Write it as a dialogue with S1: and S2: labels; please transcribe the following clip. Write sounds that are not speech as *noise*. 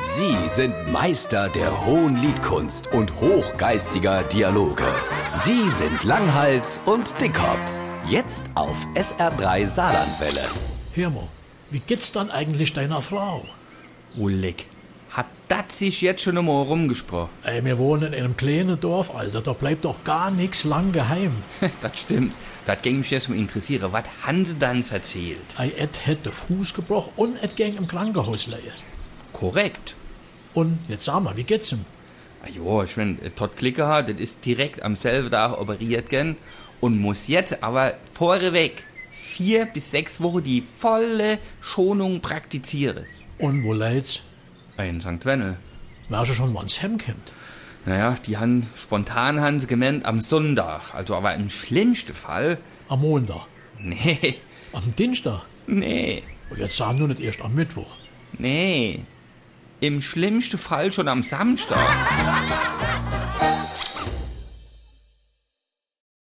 S1: Sie sind Meister der hohen Liedkunst und hochgeistiger Dialoge. Sie sind Langhals und Dickhop. Jetzt auf SR3 Saarlandwelle.
S2: Hör mal, wie geht's dann eigentlich deiner Frau?
S3: Oh, leck. Hat das sich jetzt schon einmal rumgesprochen? *laughs*
S2: Ey, Äh, wir wohnen in einem kleinen Dorf, Alter. Da bleibt doch gar nichts lang geheim.
S3: das stimmt. Das ging mich jetzt mal interessieren. Was haben sie dann verzählt?
S2: Ey, Ed hätte Fuß gebrochen und Ed ging im Krankenhaus leihen.
S3: Korrekt.
S2: Und jetzt sag mal, wie geht's ihm?
S3: Ah, Jo, ich mein, äh, Todd Klicker, das ist direkt am selben Tag operiert gern und muss jetzt aber vorweg vier bis sechs Wochen die volle Schonung praktizieren.
S2: Und wo leid's?
S3: Ah, In St. Wennel.
S2: Weißt du schon, wann's heimkommt?
S3: Naja, die haben spontan haben sie gemeint am Sonntag. Also aber im schlimmsten Fall. *laughs*
S2: Am Montag?
S3: Nee,
S2: Am Dienstag?
S3: nee,
S2: Und jetzt sag nur nicht erst am Mittwoch.
S3: nee. Im schlimmsten Fall schon am Samstag.